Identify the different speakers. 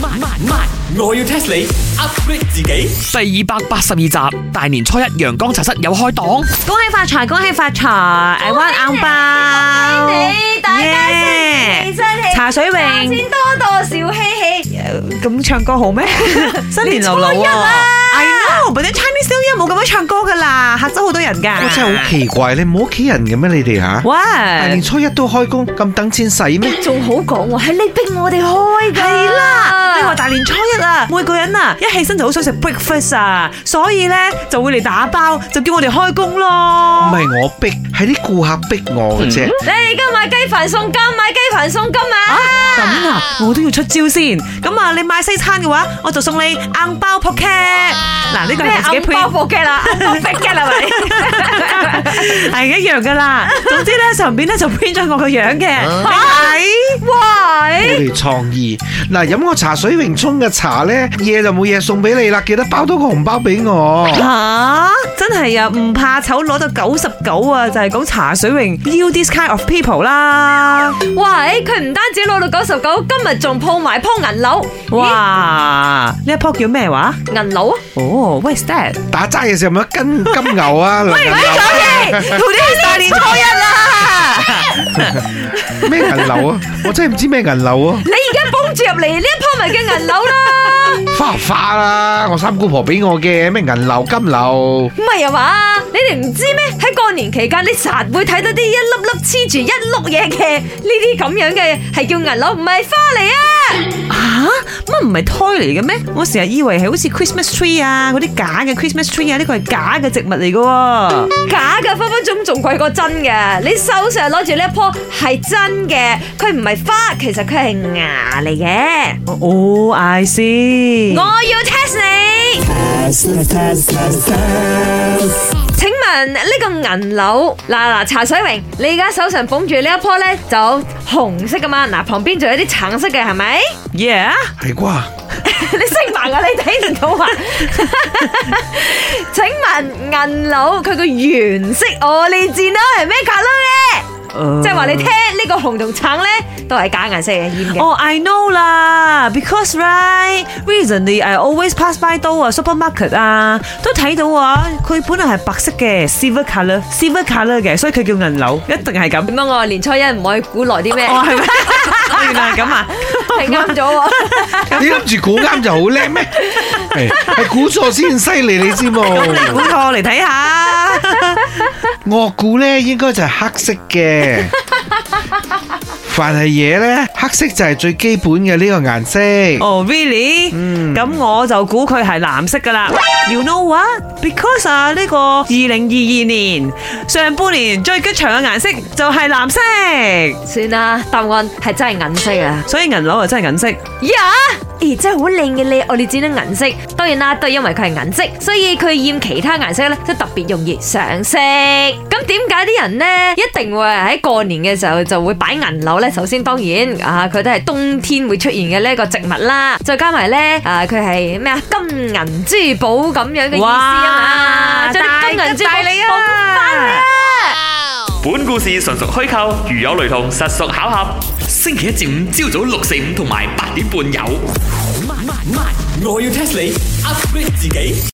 Speaker 1: 慢慢慢我要 test 你 upgrade 自己。
Speaker 2: 第二百八十二集，大年初一陽光茶室有開檔，
Speaker 3: 恭喜發財，恭喜發財！I want 硬包，
Speaker 4: 你大家新年新氣，
Speaker 3: 茶水
Speaker 4: 賺
Speaker 3: 榮
Speaker 4: 錢多多少希希。
Speaker 3: 咁唱歌 好咩？新年流流
Speaker 4: 年初一
Speaker 3: 喎
Speaker 4: 啦
Speaker 3: ，I know，本身 Chinese New Year 冇咁樣唱歌噶啦，嚇咗好多人
Speaker 5: 我真係
Speaker 3: 㗎。
Speaker 5: 好奇怪，你冇屋企人嘅咩？你哋吓？大年
Speaker 3: 喂，
Speaker 5: 初一都開工，咁等錢使咩？
Speaker 4: 仲好講喎，係你逼我哋
Speaker 3: Oh
Speaker 4: 開㗎。
Speaker 3: 係啦，你話大年初一啊，每個人啊一起身就好想食 breakfast 啊，所以咧就會嚟打包，就叫我哋開工
Speaker 5: 唔
Speaker 3: 咯。
Speaker 5: 係我逼，係啲顧客逼我嘅啫。
Speaker 3: 嗯
Speaker 4: 你而家買雞飯送金，買雞飯送金啊！
Speaker 3: 咁啊，我都要出招先。咁啊，你買西餐嘅話，我就送你硬包 pocket。嗱，呢個係我自己
Speaker 4: 咩
Speaker 3: 配
Speaker 4: 硬。包伏嘅啦，硬包逼嘅啦咪。
Speaker 3: 係一樣噶啦，總之咧上邊咧就 print 咗我個樣嘅，係
Speaker 4: 哇！
Speaker 5: 我哋創意嗱，飲我茶水榮沖嘅茶咧，嘢就冇嘢送俾你啦，記得包多個紅包俾我。
Speaker 3: 吓真係啊，唔怕醜攞到九十九啊，就係講茶水榮 you this kind of people 啦，
Speaker 4: 喂，佢唔單止攞到九十九，今日仲鋪埋鋪銀樓。
Speaker 3: 哇！呢一樖叫咩話？
Speaker 4: 咦，銀樓啊！
Speaker 3: 哦，what's that？
Speaker 5: 打齋嘅時候咪一斤 金牛啊，兩斤
Speaker 3: 同啲大年初一啦，
Speaker 5: 牛咩銀流啊？我真係唔知咩銀流啊！
Speaker 4: 你而家捧住入嚟呢一鋪咪叫銀樓啦，
Speaker 5: 花花啦，我三姑婆俾我嘅咩銀流金流，
Speaker 4: 唔係啊嘛？你哋唔知咩？喺過年期間，你實會睇到啲一粒粒黐住一碌嘢嘅呢啲咁樣嘅，係叫銀樓，唔係花嚟啊！
Speaker 3: 吓乜唔係 toy 嚟嘅咩？我成日以為係好似 Christmas tree 啊，嗰啲假嘅 Christmas tree 啊，呢個係假嘅植物嚟嘅喎。
Speaker 4: 假嘅分分鐘仲貴過真嘅，你手上攞住呢一樖係真嘅，佢唔係花，其實佢係牙嚟嘅。
Speaker 3: 哦，I see。
Speaker 4: 我要 test 你。請問呢個銀柳嗱嗱茶水榮，你而家手上捧住呢一樖咧就紅色噶嘛，嗱旁邊仲有啲橙色嘅係咪？
Speaker 3: Yeah，
Speaker 5: 係啩？
Speaker 4: 你識盲啊，你睇唔到啊？ 請問銀柳佢個原色我哋見到係咩 colour
Speaker 3: Uh 嗯
Speaker 4: 咧？即係話你聽呢個紅同橙咧都係假顏色嘅，厭嘅。
Speaker 3: 哦、i know 啦，because right recently I always pass by 到啊 supermarket 啊，都睇到啊，佢本來係白色嘅 silver colour，silver colour 嘅，所以佢叫銀柳，一定係 咁。
Speaker 4: 點解我年初一唔可以估耐啲咩？
Speaker 3: 哦，係咪？哦 原來係咁啊！
Speaker 4: 係啱咗喎。
Speaker 5: 你諗住估啱就好叻 咩？係係估錯先犀利，你知
Speaker 3: 估
Speaker 5: 冇？
Speaker 3: 錯嚟睇下，
Speaker 5: 我估咧應該就係黑色嘅。凡係嘢咧，黑色就係最基本嘅呢個顏色。
Speaker 3: 哦、really？咁我就估佢係藍色噶啦。You know what？Because 啊，呢個二零二二年上半年最吉祥嘅顏色就係藍色，
Speaker 4: 算啦，答案係真係銀色啊！
Speaker 3: 所以銀柳啊真係銀色。
Speaker 4: 呀，咦，真係好靚嘅你，我哋剪到銀色，當然啦，都係因為佢係銀色，所以佢染其他顏色咧，都特別容易上色。咁點解啲人呢一定會喺過年嘅時候就會擺銀柳呢？首先當然啊，佢都係冬天會出現嘅呢一個植物啦，再加埋呢，啊，佢係咩啊金銀珠寶咁樣嘅意思啊嘛，
Speaker 3: 哇
Speaker 4: 將啲金銀珠寶
Speaker 3: 大吉大利啊
Speaker 4: 放返嚟啊
Speaker 1: 本故事純屬虛構，如有雷同，實屬巧合。星期一至五朝早六四五同埋八點半有。我要 test 你 upgrade 自己。